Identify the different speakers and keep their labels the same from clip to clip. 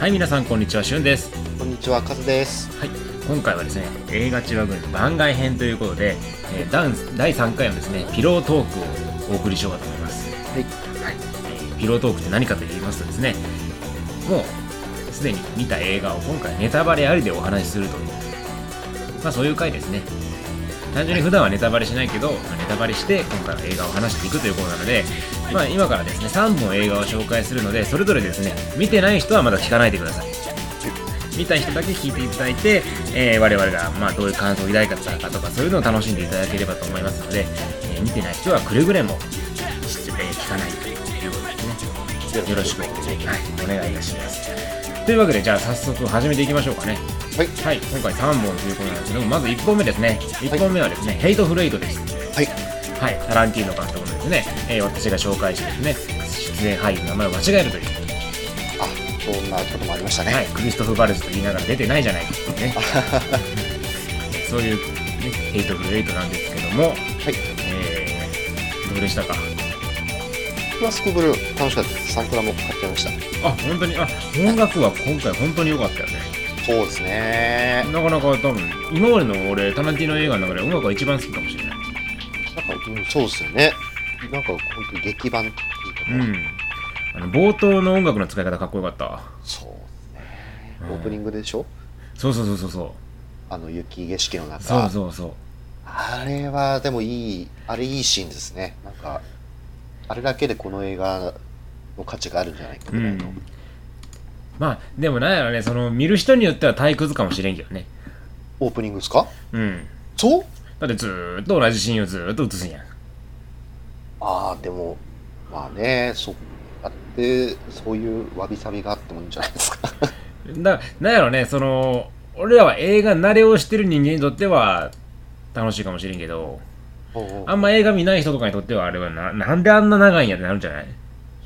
Speaker 1: はい皆さんこんにちはしゅんです
Speaker 2: こんにちは、カズです。
Speaker 1: はい今回はですね映画千葉軍番外編ということで、えー、ダンス第3回のですねピロートークをお送りしようかと思います
Speaker 2: はい。
Speaker 1: はい、えーピロートークって何かと言いますとですねもうすでに見た映画を今回ネタバレありでお話しするという、まあ、そういう回ですね単純に普段はネタバレしないけど、まあネタバレして今回の映画を話していくということなので、まあ、今からですね3本映画を紹介するのでそれぞれですね見てない人はまだ聞かないでください見た人だけ聞いていただいて、えー我々がまあどういう感想を抱いたかとかそういうのを楽しんでいただければと思いますので、えー見てない人はくれぐれも知って聞かないということですねよろしく、はい、お願いいたしますというわけでじゃあ早速始めていきましょうかね
Speaker 2: はい。
Speaker 1: はい今回3本ということなんですけどもまず1本目ですね1本目はですね、ヘイトフレイトです
Speaker 2: はい。
Speaker 1: はいタランティーノ監督のですね、えー私が紹介してですね出演俳優の名前を間違えるという
Speaker 2: あ、そんなこともありましたね。
Speaker 1: はい、クリストフ・バルスと言いながら出てないじゃないですか ねそういう、ね、ヘイトフルエイトなんですけども、
Speaker 2: はい。
Speaker 1: えー、どうでしたか
Speaker 2: クラスコブルー楽しかったです。サンクラも買っちゃいました。
Speaker 1: あ本当にあ音楽は今回本当に良かったよね
Speaker 2: そうですね。
Speaker 1: なかなか多分今までの俺タランティーノ映画の中で音楽が一番好きかもしれない
Speaker 2: なんか、うん、そうですよね。なんか、本当に劇版っていうか、
Speaker 1: うんあの冒頭の音楽の使い方かっこよかった
Speaker 2: そうですね。
Speaker 1: うん
Speaker 2: オープニングでしょ
Speaker 1: そうそうそうそうそ
Speaker 2: あの、雪景色の
Speaker 1: う
Speaker 2: 中。
Speaker 1: そうそうそう
Speaker 2: あれは、でもいい、あれいいシーンですね。なんか、あれだけでこの映画の価値があるんじゃないか
Speaker 1: う
Speaker 2: ぐらい
Speaker 1: ん
Speaker 2: の。
Speaker 1: まあでもなんやろねその見る人によっては退屈かもしれんけどね
Speaker 2: オープニングですか
Speaker 1: うん
Speaker 2: そう
Speaker 1: だってずーっと同じシーンをずーっと映すんやん
Speaker 2: ああでもまあねそうやってそういうわびさびがあってもいいんじゃないですか
Speaker 1: だなんやろねその俺らは映画慣れをしてる人間にとっては楽しいかもしれんけどあんま映画見ない人とかにとってはあれはななんであんな長いんやってなるんじゃない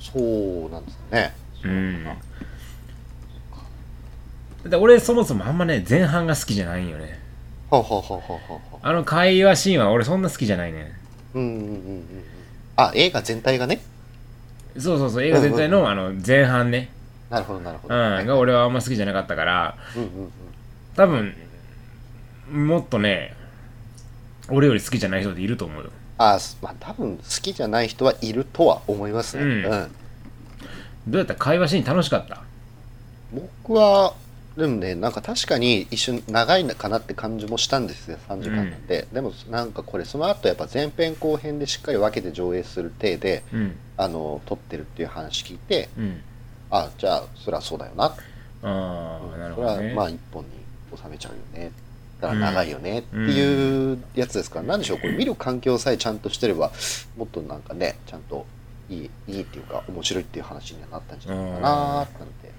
Speaker 2: そうなんですかね
Speaker 1: うんだって俺そもそもあんまね前半が好きじゃないんよね
Speaker 2: はあ、はあはあはあはあ、
Speaker 1: あの会話シーンは俺そんな好きじゃないね
Speaker 2: うんうんうんうんうんあ映画全体がね
Speaker 1: んそうそうそう映画全体のあの前半ね
Speaker 2: なるほどなるほ
Speaker 1: う
Speaker 2: ど、
Speaker 1: ん
Speaker 2: はい
Speaker 1: が俺はあんま好きじゃなかったから
Speaker 2: うんうんうん
Speaker 1: 多分もっとね俺より好きじゃない人っていると思うよ
Speaker 2: あーすまあ多分好きじゃない人はいるとは思いますね、
Speaker 1: うんどうやった会話シーン楽しかった
Speaker 2: うん僕はでもねなんか確かに一瞬長いのかなって感じもしたんですよ3時間なんで、でもなんかこれその後やっぱ前編後編でしっかり分けて上映する体で、
Speaker 1: うん
Speaker 2: あの撮ってるっていう話聞いて
Speaker 1: うん
Speaker 2: あじゃあそりゃそうだよな
Speaker 1: ああ、なる
Speaker 2: そ
Speaker 1: ほ
Speaker 2: れ
Speaker 1: ど
Speaker 2: は
Speaker 1: ね。
Speaker 2: まあ一本に収めちゃうよねだから長いよねっていうやつですから、なんでしょうこれ見る環境さえちゃんとしてればもっとなんかねちゃんといいいいっていうか面白いっていう話にはなったんじゃないかなーってなって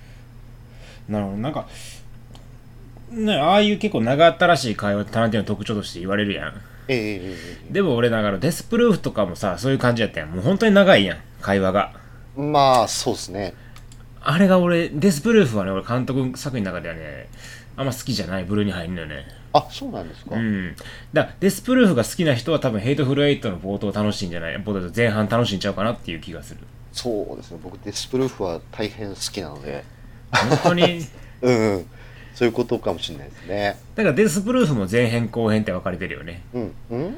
Speaker 1: なるほど。なんか、ね、ああいう結構長ったらしい会話ってタランティーノの特徴として言われるやん。
Speaker 2: えええええ
Speaker 1: でも俺だからデスプルーフとかもさ、そういう感じやったやん。もう本当に長いやん、会話が。
Speaker 2: えまあそうですね
Speaker 1: あれが俺、デスプルーフはね、俺監督作品の中ではね、あんま好きじゃない部類に入るのよね。
Speaker 2: あそうなんですか、
Speaker 1: うん。だからデスプルーフが好きな人は多分ヘイトフルエイトの冒頭を楽しいんじゃない冒頭と前半楽しんちゃうかなっていう気がする。
Speaker 2: そうですね僕デスプルーフは大変好きなので
Speaker 1: 本当 に。
Speaker 2: うん、うん、そういうことかもしれないですね
Speaker 1: だからデスプルーフも前編後編って分かれてるよね。
Speaker 2: うんうん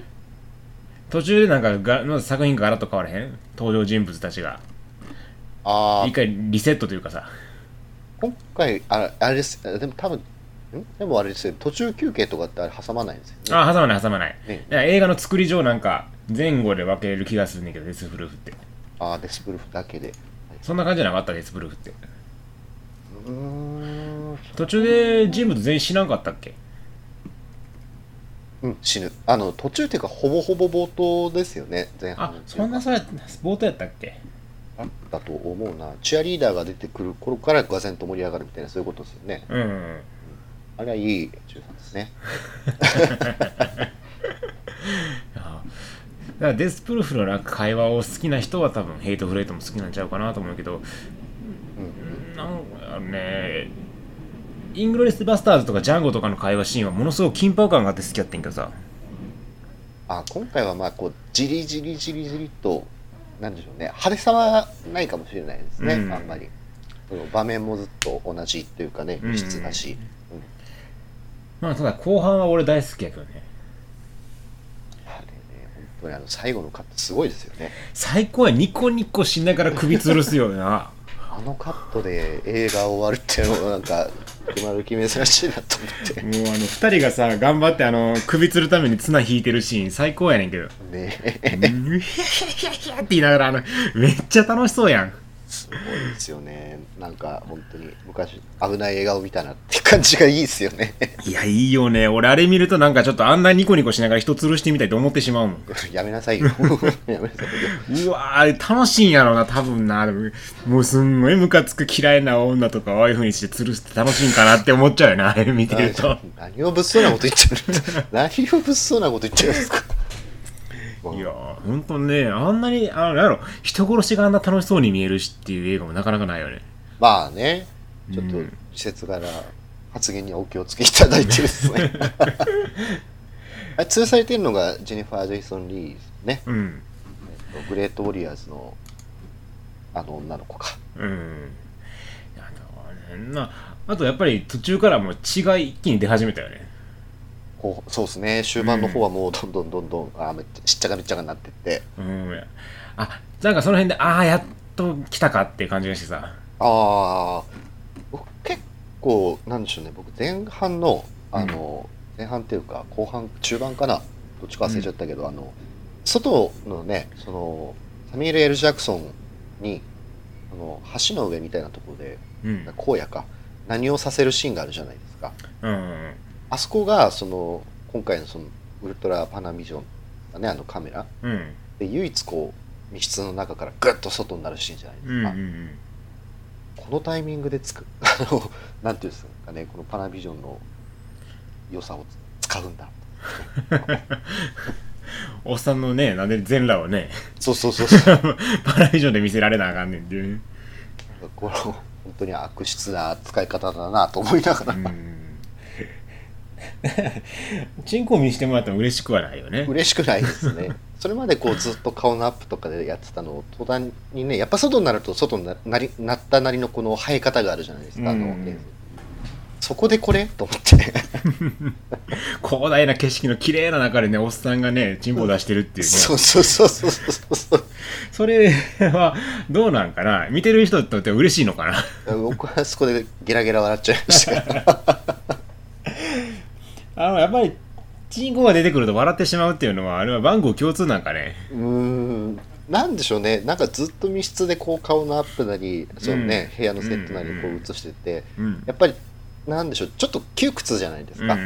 Speaker 1: 途中でなんかがまず作品がガラッと変わらへん登場人物たちが
Speaker 2: ああ
Speaker 1: 一回リセットというかさ
Speaker 2: 今回ああれですあでも多分んでもあれですよ途中休憩とかってあれ挟まないんですよね
Speaker 1: あ挟まない挟まない、
Speaker 2: ね
Speaker 1: いや映画の作り上なんか前後で分ける気がするんだけどデスプルーフって
Speaker 2: ああデスプルーフだけで
Speaker 1: そんな感じじゃなかったデスプルーフって
Speaker 2: うーん、
Speaker 1: 途中で人物全員死なかったっけ
Speaker 2: うん、死ぬあの途中っていうかほぼほぼ冒頭ですよね前半
Speaker 1: あ
Speaker 2: っていうか
Speaker 1: そんなそうや冒頭やったっけ
Speaker 2: あったと思うなチアリーダーが出てくる頃からがぜんと盛り上がるみたいなそういうことですよね
Speaker 1: うんうん
Speaker 2: あれはいい中盤ですね
Speaker 1: あだからデスプルーフのなんか会話を好きな人は多分ヘイトフレイトも好きなんちゃうかなと思うけど
Speaker 2: うん
Speaker 1: なんかねイングロリス・バスターズとかジャンゴとかの会話シーンはものすごく緊迫感があって好きやってんけどさ
Speaker 2: あ今回はまあこうじりじりじりじりとなんでしょうね派手さはないかもしれないですね、
Speaker 1: うん
Speaker 2: あんまりその場面もずっと同じというかね、
Speaker 1: うん
Speaker 2: 質だし、うん
Speaker 1: まあただ後半は俺大好きやけどね
Speaker 2: あれね、本当にあの最後のカットすごいですよね。
Speaker 1: 最高やニコニコしながら首吊るすよな
Speaker 2: あのカットで映画終わるっていうのもなんか、今時珍しいなと思って
Speaker 1: もう。あの2人がさ頑張ってあの首吊るために綱引いてるシーン最高やねんけど
Speaker 2: ね
Speaker 1: 「うんヒャヒャヒャヒャ」って言いながらあのめっちゃ楽しそうやん
Speaker 2: すごいですよね。なんか本当に昔、危ない映画を見たなって感じがいいですよね。
Speaker 1: いやいいよね俺あれ見るとなんかちょっとあんなニコニコしながら人吊るしてみたいと思ってしまうもん
Speaker 2: やめなさいよ。 やめなさいよ。
Speaker 1: うわーあれ楽しいんやろうな多分なでももうすんごいムカつく嫌いな女とかをああいう風にして吊るして楽しいんかなって思っちゃうよなあれ見てると
Speaker 2: 何を物騒なこと言っちゃう何を物騒なこと言っちゃうんですか
Speaker 1: いやーほんとねあんなにあのなんやろ人殺しがあんな楽しそうに見えるしっていう映画もなかなかないよね
Speaker 2: まあねちょっと
Speaker 1: うん
Speaker 2: 季節柄発言にはお気をつけいただいてで すねあれ通されてるのがジェニファー・ジェイソン・リーですね、
Speaker 1: うん
Speaker 2: えっとグレート・ウォリアーズのあの女の子か
Speaker 1: うんあとなあとやっぱり途中からもう血が一気に出始めたよね
Speaker 2: こうそうですね終盤の方はもうどんどんどんどんあめっちゃしっちゃかめっちゃかになってって
Speaker 1: うんあなんかその辺でああやっと来たかっていう感じがしてさ
Speaker 2: ああ僕結構なんでしょうね僕前半のあの、前半っていうか後半中盤かなどっちか忘れちゃったけど、あの外のねそのサミュエル・ L ・ジャクソンにあの橋の上みたいなところで
Speaker 1: うん
Speaker 2: 荒野か何をさせるシーンがあるじゃないですか
Speaker 1: うん
Speaker 2: あそこがその今回のそのウルトラパナビジョンだねあのカメラ
Speaker 1: うん
Speaker 2: で唯一こう密室の中からグッと外になるシーンじゃないで
Speaker 1: う
Speaker 2: す
Speaker 1: ん
Speaker 2: か、
Speaker 1: うん
Speaker 2: このタイミングでつくあの なんていうんですかねこのパナビジョンの良さを使うんだ
Speaker 1: おっさんのねなんで全裸をね
Speaker 2: そうそうそうそう
Speaker 1: パラビジョンで見せられなあかんねんっていうね
Speaker 2: この本当に悪質な使い方だなと思いなが
Speaker 1: う
Speaker 2: ら、
Speaker 1: んチンコ見してもらっても嬉しくはないよね
Speaker 2: 嬉しくないですねそれまでこうずっと顔のアップとかでやってたのを途端にねやっぱ外になると外にななりなったなりのこの生え方があるじゃないですか、あの
Speaker 1: うん
Speaker 2: 映像そこでこれと思って
Speaker 1: 広大な景色の綺麗な中でねおっさんがねチンポ出してるっていうね
Speaker 2: そうそうそうそうそうそう
Speaker 1: それはどうなんかな見てる人にとっては嬉しいのかな
Speaker 2: 僕はそこでゲラゲラ笑っちゃいましたけど
Speaker 1: あのやっぱりチンコが出てくると笑ってしまうっていうのはあれは番号共通なんかね
Speaker 2: うーんなんでしょうねなんかずっと密室でこう顔のアップなりその、ね
Speaker 1: うん
Speaker 2: 部屋のセットなりこ
Speaker 1: うん
Speaker 2: う映してて、
Speaker 1: うん
Speaker 2: やっぱりなんでしょうちょっと窮屈じゃないです
Speaker 1: うんう
Speaker 2: か、
Speaker 1: ん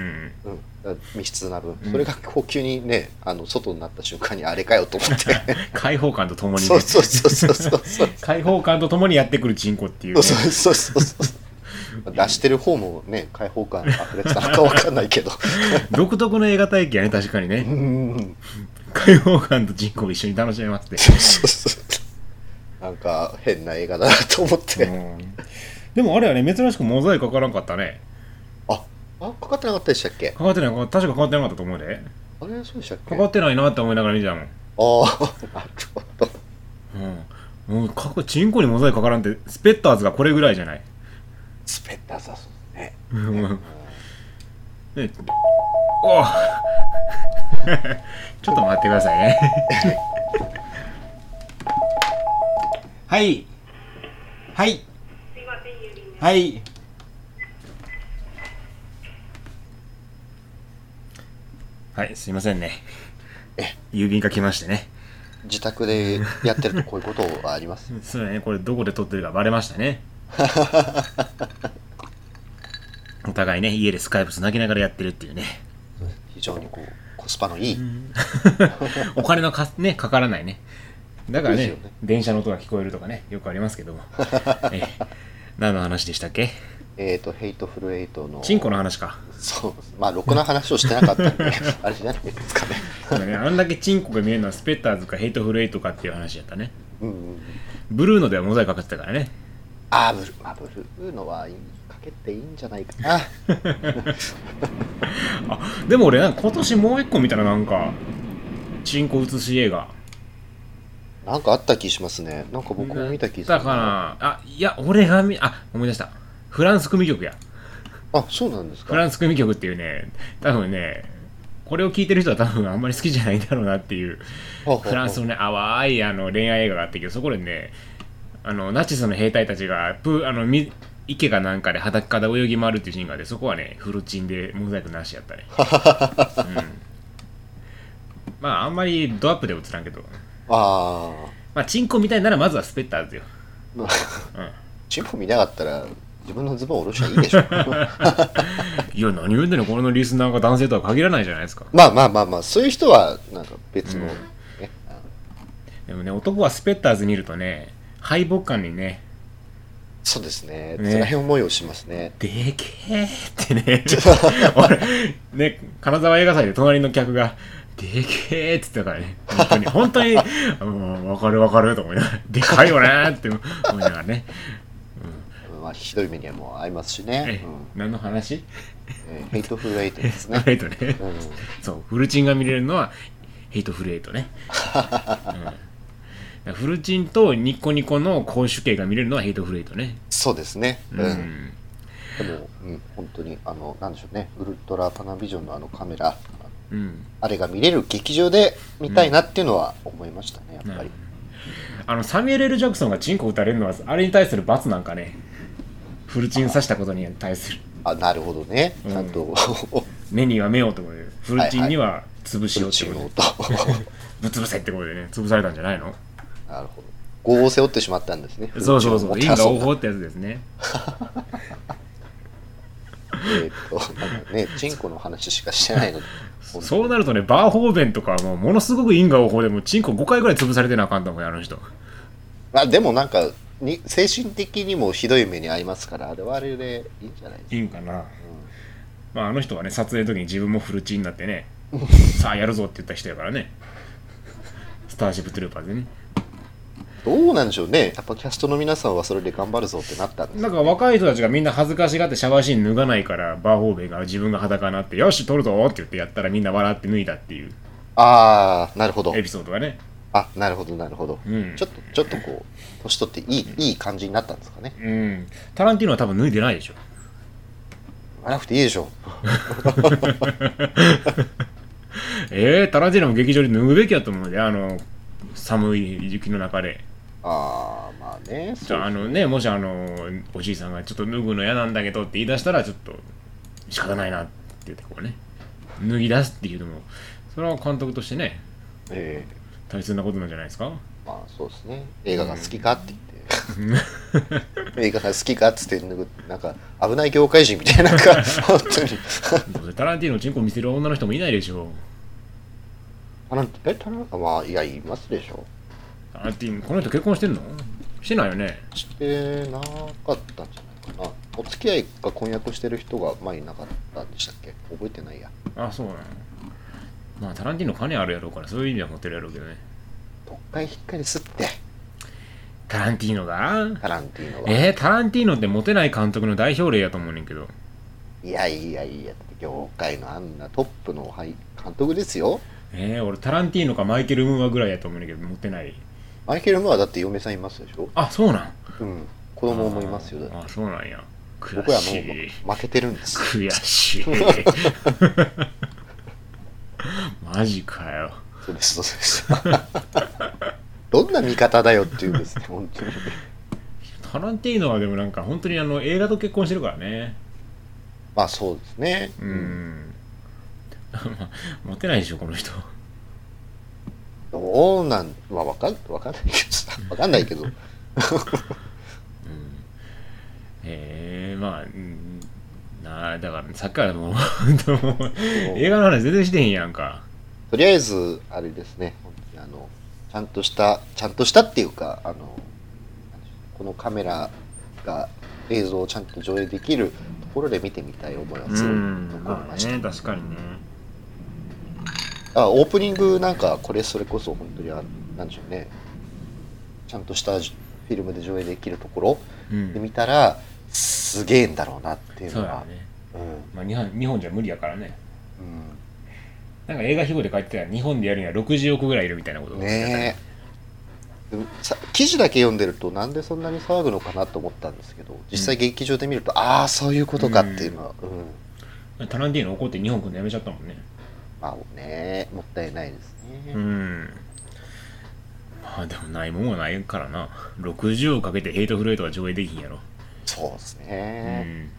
Speaker 2: うん密室な分
Speaker 1: うん
Speaker 2: それがこう急にねあの外になった瞬間にあれかよと思 って
Speaker 1: 開放感とともに、ね、
Speaker 2: そうそうそうそうそうそう
Speaker 1: 開放感とともにやってくるチンコっていう、
Speaker 2: そう
Speaker 1: ね、
Speaker 2: そうそうそう出してる方もね開放感溢れてたのかわかんないけど
Speaker 1: 独特の映画体験やね確かに
Speaker 2: う
Speaker 1: ね
Speaker 2: ん
Speaker 1: 開放感とチンコを一緒に楽しめますっ、
Speaker 2: そうそうそうなんか変な映画だなと思って て、
Speaker 1: うんでもあれはね珍しくモザイクかからんかったね
Speaker 2: ああかかってなかったでしたっけ
Speaker 1: かかってない確かかかってなかったと思うで
Speaker 2: あれそうでしたっけ
Speaker 1: かかってないなって思いながら見てたもん
Speaker 2: あ あ、なるほど。
Speaker 1: うんもうかっこチンコにモザイクかからんってスペッターズがこれぐらいじゃない
Speaker 2: スペッターさそうですね。
Speaker 1: うんね おう ちょっと待ってくださいね はいはい
Speaker 3: すいません、郵便です。
Speaker 1: はいはいすいませんね
Speaker 2: え
Speaker 1: 郵便が来ましてね
Speaker 2: 自宅でやってるとこういうことはあります。
Speaker 1: そうだねこれどこで撮ってるかバレましたね お互いね家でスカイプつなぎながらやってるっていうね
Speaker 2: 非常にこうコスパのいい。
Speaker 1: お金のか,、ね、かからないねだからね
Speaker 2: ですよね
Speaker 1: 電車の音が聞こえるとかねよくありますけ ども、ええ何の話でしたっけ
Speaker 2: えっ、と、ヘイトフルエイトの。
Speaker 1: チンコの話か
Speaker 2: そう。まあ、ろくな話をしてなかった んで、あれじゃないですかね。
Speaker 1: そうだねあんだけチンコが見えるのはスペッターズかヘイトフルエイトかっていう話やったね
Speaker 2: うんうんうん。
Speaker 1: ブルーノではモザイクかかってたからね
Speaker 2: あーブルー、まあ、ブルーのはいいかけていいんじゃないかな。
Speaker 1: あでも俺なんか今年もう一個見たらなんかチンコ写し映画
Speaker 2: なんかあった気しますね。なんか僕も見た気す
Speaker 1: だ
Speaker 2: る。
Speaker 1: からあいや俺が見あ思い出したフランス組曲や
Speaker 2: あ、そうなんです
Speaker 1: フ
Speaker 2: か。
Speaker 1: ランス組曲っていうね多分ねこれを聞いてる人は多分あんまり好きじゃないんだろうなっていうフランスの
Speaker 2: の。
Speaker 1: ね淡いあの恋愛映画があったけどそこでねあのナチスの兵隊たちがプーあのみ池かなんかで裸で泳ぎ回るっていうシーンがあってそこはねフロチンでモザイクなしやったね、うん、まああんまりドアップで映らんけど
Speaker 2: あ
Speaker 1: まあチンコみたいならまずはスペッターズよ
Speaker 2: あ。 まあ、チンポ見なかったら、自分のズボン下ろしたらいいでしょ。
Speaker 1: いや何言うんだよこのリスナーが男性とは限らないじゃないですか
Speaker 2: まあまあまあまあ、そういう人は、なんか別の、
Speaker 1: うん
Speaker 2: ね。あ
Speaker 1: でもね男はスペッターズ見るとね敗北感にね
Speaker 2: そうですね。
Speaker 1: ね
Speaker 2: 辛い思いをしますね。
Speaker 1: でけえってね 俺ね金沢映画祭で隣の客が「でけえ」って言ったからね本 当に本当に「うんわかるわかる」と思いながら「でかいよね」って思いながらね
Speaker 2: まあ、ひどい目にはもう合いますし
Speaker 1: え
Speaker 2: ね。
Speaker 1: 何の話
Speaker 2: うんえーヘイトフルエイトです
Speaker 1: ス
Speaker 2: ね
Speaker 1: ト。レートね
Speaker 2: うん
Speaker 1: そうフルチンが見れるのはヘイトフルエイトね、うん、フルチンとニッコニコの公主系が見れるのはヘイトフルエイトね
Speaker 2: そうですね。
Speaker 1: う
Speaker 2: うん。
Speaker 1: ん
Speaker 2: でも、うん、本当に、あの、なんでしょうね。ウルトラパナビジョンのあのカメラ、
Speaker 1: うん
Speaker 2: あれが見れる劇場で見たいなっていうのは思いましたね、やっぱり。
Speaker 1: あのサミュエル・エル・ジャクソンがチンコ打たれるのはあれに対する罰なんかねフルチン刺したことに対する
Speaker 2: あ、なるほどね。
Speaker 1: うん
Speaker 2: ちゃんと、
Speaker 1: 目には目をってことでフルチンには潰しようって
Speaker 2: チ
Speaker 1: こと
Speaker 2: ーム
Speaker 1: で
Speaker 2: をと。
Speaker 1: ぶっ潰せってことでね潰されたんじゃないの
Speaker 2: なるほど。業を背負ってしまったんですね。
Speaker 1: そうそうそう
Speaker 2: フル
Speaker 1: 因
Speaker 2: チームを
Speaker 1: 果応
Speaker 2: 持たそう
Speaker 1: 報ってやつですね
Speaker 2: えーっと、なんかね、チンコの話しかしてないので。
Speaker 1: そうなるとねバーホーベンとかはもうものすごく因果応報でもうチンコ5回ぐらい潰されてなあかんと思うよあの人
Speaker 2: まあでもなんかに、精神的にもひどい目に遭いますから、あれはあれでいいんじゃないです
Speaker 1: いいんかな、まああの人はね撮影の時に自分もフルチンになって ねさあやるぞって言った人やからねスターシップトゥルーパーでね
Speaker 2: か。どうなんでしょうね。やっぱキャストの皆さんはそれで頑張るぞってなったんです
Speaker 1: なんか若い人たちがみんな恥ずかしがってシャワーシーン脱がないからバーホーベンが自分が裸になってよし撮るぞって言ってやったらみんな笑って脱いだっていう
Speaker 2: ああ、なるほど。
Speaker 1: エピソードがね
Speaker 2: あ、なるほど、なるほど。
Speaker 1: うん
Speaker 2: ちょっと、ちょっとこう、年取っていい、いい感じになったんですかね。
Speaker 1: うんタランティーノは多分脱いでないでしょ
Speaker 2: 言わなくていいでしょう。
Speaker 1: えー、タランティーノも劇場で脱ぐべきやと思うであの寒い雪の中で
Speaker 2: ああ、まあね。
Speaker 1: じゃああのねもしあのおじいさんがちょっと脱ぐの嫌なんだけどって言い出したらちょっと仕方ないなって言ってこうね脱ぎ出すっていうのもそれは監督としてね
Speaker 2: え
Speaker 1: 大切なことなんじゃ ないですか
Speaker 2: えまあそうですね。映画が好きかっ て言って。映画が好きかっつって脱ぐ、なんか危ない業界人みたいな、なんか、本当に。
Speaker 1: どうせタランティーノのチンコ見せる女の人もいないでしょう
Speaker 2: あなんえ、田中まあ、いや、いますでしょ。
Speaker 1: タランティーノこの人結婚してんのしてないよね
Speaker 2: してなかったんじゃないかな。お付き合いが婚約してる人が前になかったんでしたっけ覚えてないや。
Speaker 1: あそうなのまあタランティーノ金あるやろうからそういう意味は持ってるやろうけどね
Speaker 2: どっかいひっかりすって、
Speaker 1: タランティーノが
Speaker 2: タランティーノは。
Speaker 1: えー、タランティーノってモテない監督の代表例やと思うねんけど
Speaker 2: いやいやいや、業界のあんなトップの、はい、監督ですよ。
Speaker 1: えー、俺タランティーノかマイケル・ムーアぐらいやと思うねんけどモテない
Speaker 2: マイケル・ムーアだって嫁さんいますでしょ
Speaker 1: あそうなん
Speaker 2: うん。子供もいますよ。だって
Speaker 1: あそうなんや悔
Speaker 2: 僕ら
Speaker 1: しい
Speaker 2: もう負けてるんです。
Speaker 1: 悔しい マジかよ
Speaker 2: そうです、そうです。どんな味方だよっていうんですね、本当に。
Speaker 1: タランティーノはでもなんか本当にあの映画と結婚してるからね
Speaker 2: まあそうですね。
Speaker 1: う。んモテないでしょこの人
Speaker 2: どうなん、まあわかん、わかんないけどさ、わかんないけど、
Speaker 1: へえまあうんなあだからさっきからもう本当もう映画の話全然してへんやんか
Speaker 2: とりあえず、あれですね、本当にあの、ちゃんとした、ちゃんとしたっていうか、あの、なんでしょうこのカメラが映像をちゃんと上映できるところで見てみたい思いはすごい残り
Speaker 1: まあ
Speaker 2: ました。
Speaker 1: ね確かにね
Speaker 2: あオープニングなんかこれそれこそ本当にあなんでしょうねちゃんとしたフィルムで上映できるところ
Speaker 1: う
Speaker 2: で
Speaker 1: ん
Speaker 2: 見たらすげえんだろうなっていう
Speaker 1: そう
Speaker 2: の
Speaker 1: や
Speaker 2: が
Speaker 1: ね
Speaker 2: う,、
Speaker 1: まあ日本日本じゃ無理やからね
Speaker 2: ん
Speaker 1: なんか映画秘語で書いてたら日本でやるには60億ぐらいいるみたいなこと
Speaker 2: うん、ねでもさ記事だけ読んでるとなんでそんなに騒ぐのかなと思ったんですけど実際劇場で見ると、ああそういうことかっていうのは、うん
Speaker 1: タランティーノ怒って日本来るのやめちゃったもんね
Speaker 2: まあねもったいないですね、
Speaker 1: うんまあでもないもんはないからな60をかけてヘイトフルエイトは上映できひんやろ
Speaker 2: そうです
Speaker 1: う
Speaker 2: ね、
Speaker 1: ん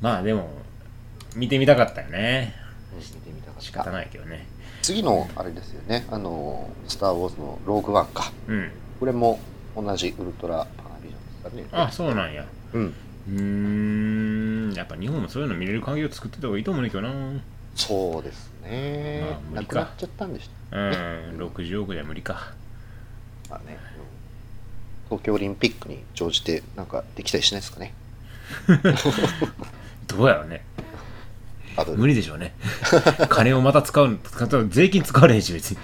Speaker 1: まあでも見てみたかったよね
Speaker 2: 見てみたかった
Speaker 1: 仕方ないけどね
Speaker 2: 次のあれですよね「あのスター・ウォーズ」の「ローグ・ワン」か
Speaker 1: うん
Speaker 2: これも同じウルトラパナビジョンですかね
Speaker 1: あそうなんや
Speaker 2: うん
Speaker 1: うーんやっぱ日本もそういうの見れる環境を作ってた方がいいと思うねんだけどな
Speaker 2: そうですね
Speaker 1: まあ、無
Speaker 2: な
Speaker 1: 理
Speaker 2: く
Speaker 1: か
Speaker 2: なっちゃったんでし
Speaker 1: うん60億じゃ無理か
Speaker 2: た、まあねうん東京オリンピックに乗じてなんかできたりしないで すかね
Speaker 1: どうやろうね
Speaker 2: あと
Speaker 1: 無理でしょう ね金をまた使うの使ったら税金使われへんし別に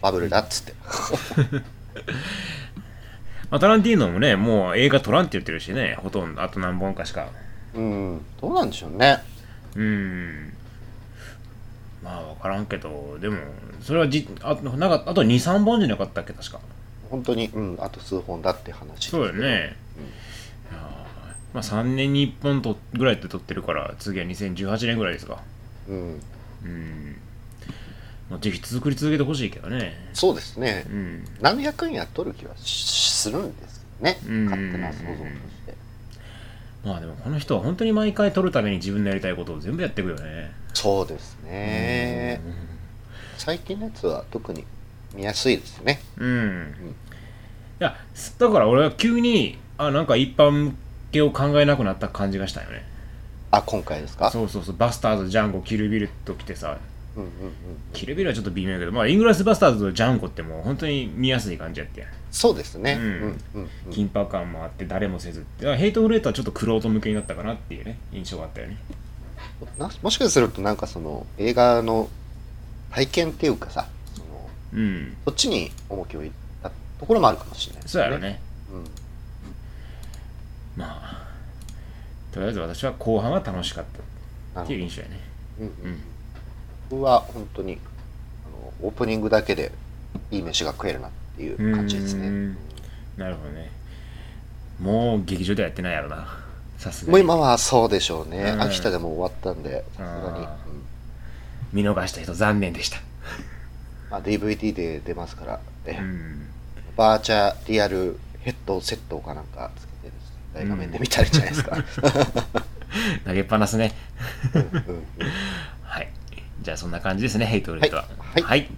Speaker 2: バブルだっつって
Speaker 1: まあ、タランティーノもね、もう映画撮らんって言ってるしね、ほとんど、あと何本かしか。
Speaker 2: うんどうなんでしょうね
Speaker 1: うーん。まあ、わからんけど、でも、それはじ、あなんかあと2、3本じゃなかったっけ、確か。
Speaker 2: 本当にうんあと数本だって話
Speaker 1: そうよね。いやーまあ、3年に1本とぐらいって撮ってるから、次は2018年ぐらいですか。
Speaker 2: うん
Speaker 1: うーん。まあ、ぜひ作り続けてほしいけどね。
Speaker 2: そうですね
Speaker 1: うん。
Speaker 2: 何百円やっとる気はしするんですけどね
Speaker 1: うん
Speaker 2: 勝手な想像として
Speaker 1: まあ、でもこの人は本当に毎回撮るために自分のやりたいことを全部やっていくよね。
Speaker 2: そうですね最近のやつは特に見やすいですね
Speaker 1: うんいやすだから俺は急にあなんか一般向けを考えなくなった感じがしたよね
Speaker 2: あ今回ですか
Speaker 1: そうそうそうバスターズジャンゴキルビルと来てさ
Speaker 2: うんうんうん
Speaker 1: キルビルはちょっと微妙やけどまあイングラスバスターズとジャンゴってもう本当に見やすい感じやって、
Speaker 2: そうですね
Speaker 1: う
Speaker 2: うんんうんうん
Speaker 1: 緊迫感もあって誰もせずってだからヘイトフルエイトはちょっとクロート向けになったかなっていうね印象があったよね
Speaker 2: なもしかするとなんかその映画の体験っていうかさその
Speaker 1: うん
Speaker 2: そっちに重きを置いたところもあるかもしれないです
Speaker 1: そうやろね
Speaker 2: うん
Speaker 1: まあとりあえず私は後半は楽しかった
Speaker 2: な
Speaker 1: っていう
Speaker 2: る
Speaker 1: 印象やね
Speaker 2: ほどうん
Speaker 1: う
Speaker 2: うん
Speaker 1: ん
Speaker 2: 僕は本当にあのオープニングだけでいい飯が食えるなっていう感じです
Speaker 1: うーん
Speaker 2: ね
Speaker 1: なるほどねもう劇場ではやってないやろなさすが
Speaker 2: もう
Speaker 1: に
Speaker 2: 今はそうでしょうね
Speaker 1: うん
Speaker 2: 秋田でも終わったんでさすがに、
Speaker 1: あー
Speaker 2: うん
Speaker 1: 見逃した人残念でした
Speaker 2: まあ、DVD で出ますから、ね
Speaker 1: うん
Speaker 2: バーチャリアルヘッドセットかなんかつけてですね大画面で見たらいいんじゃないで すか、
Speaker 1: 投げっぱなしね
Speaker 2: うんうんうん
Speaker 1: はいじゃあそんな感じですねヘイトウルトは
Speaker 2: はいはい
Speaker 1: はい